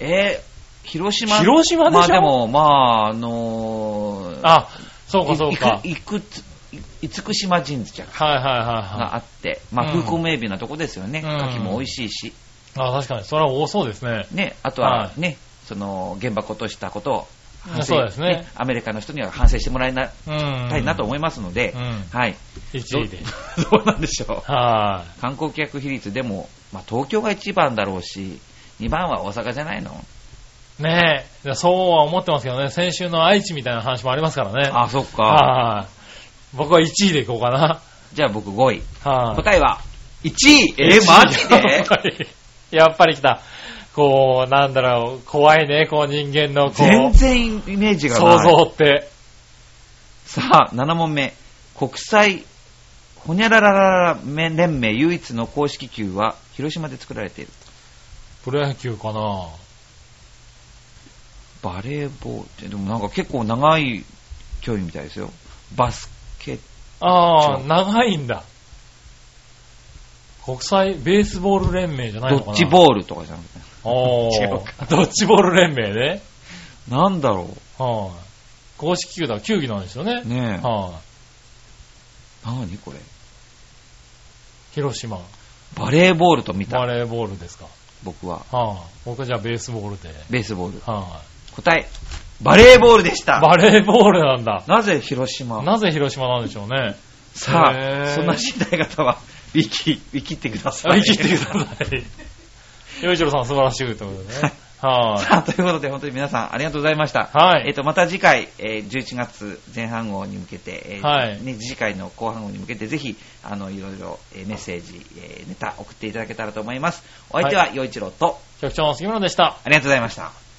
Speaker 1: えー、広島
Speaker 2: 広島でしょ
Speaker 1: まあでも、まあ、あのー、
Speaker 2: あ、そうかそうか。
Speaker 1: いいくいくつい厳島神社
Speaker 2: はいはい
Speaker 1: が
Speaker 2: は
Speaker 1: あって、まあ、
Speaker 2: うん
Speaker 1: 風光明媚なとこですよね。
Speaker 2: うん
Speaker 1: 牡蠣も美味しいし、
Speaker 2: いはい。あ、確かに。それは多そうですね。
Speaker 1: ね、あと
Speaker 2: は
Speaker 1: はね、その、原爆落としたことを反省、
Speaker 2: そうですね
Speaker 1: アメリカの人には反省してもらいな
Speaker 2: うん。
Speaker 1: たいなと思いますので、
Speaker 2: うん。
Speaker 1: はい。
Speaker 2: 1位で。
Speaker 1: どうなんでしょう。
Speaker 2: は
Speaker 1: 観光客比率でも、まあ、東京が一番だろうし、2番は大阪じゃないの
Speaker 2: い。ねえ。そうは思ってますけどね。先週の愛知みたいな話もありますからね。
Speaker 1: あ、そっか。
Speaker 2: はい。僕は1位でいこうかな。
Speaker 1: じゃあ僕5位。
Speaker 2: はい。
Speaker 1: 答えは、1位えー、マジ
Speaker 2: や
Speaker 1: で
Speaker 2: っぱり、 やっぱり来た。こう、なんだろう、怖いね、こう人間の、こ
Speaker 1: 全
Speaker 2: う、
Speaker 1: 然イメージがない。
Speaker 2: 想像って。
Speaker 1: さあ、7問目。国際、ほにゃらららら連盟唯一の公式球は、広島で作られている。
Speaker 2: プロ野球かな
Speaker 1: バレーボールって、でもなんか結構長い競技みたいですよ。バスケット
Speaker 2: あ
Speaker 1: 違
Speaker 2: あ、
Speaker 1: う
Speaker 2: 長いんだ。国際ベースボール連盟じゃない
Speaker 1: ド
Speaker 2: のかな
Speaker 1: ッジボールとかじゃなくて。
Speaker 2: おー
Speaker 1: 違う
Speaker 2: ドッジボール連盟ね。
Speaker 1: なんだろ
Speaker 2: はい、公式球団、球技なんですよね。
Speaker 1: う。ねえ。
Speaker 2: はい、
Speaker 1: 何これ。
Speaker 2: 広島、
Speaker 1: バレーボールと見
Speaker 2: バ
Speaker 1: た、
Speaker 2: レーボールですか。
Speaker 1: 僕は。
Speaker 2: はい、僕はじゃあベースボールで。はい、
Speaker 1: ベースボール。答え、バレーボールでした。
Speaker 2: バレーボールなんだ。
Speaker 1: なぜ広島
Speaker 2: なぜ広島なんでしょうね。
Speaker 1: さ
Speaker 2: へ
Speaker 1: あ、
Speaker 2: ー
Speaker 1: そんな知りたい方は、ウィキ、ウィキってくださ
Speaker 2: 生
Speaker 1: い。
Speaker 2: きてくだ さい。洋一郎さん素晴らしいということでね。はい、
Speaker 1: さあ、ということで、本当に皆さんありがとうございました。
Speaker 2: はい
Speaker 1: えっ、と、また次回、えー11月前半号に向けて、えー
Speaker 2: はい
Speaker 1: ね、次回の後半号に向けて、ぜひ、あの、いろいろ、えーメッセージ、えーネタ送っていただけたらと思います。お相手は、洋一郎と、
Speaker 2: 局長の杉村でした。
Speaker 1: ありがとうございました。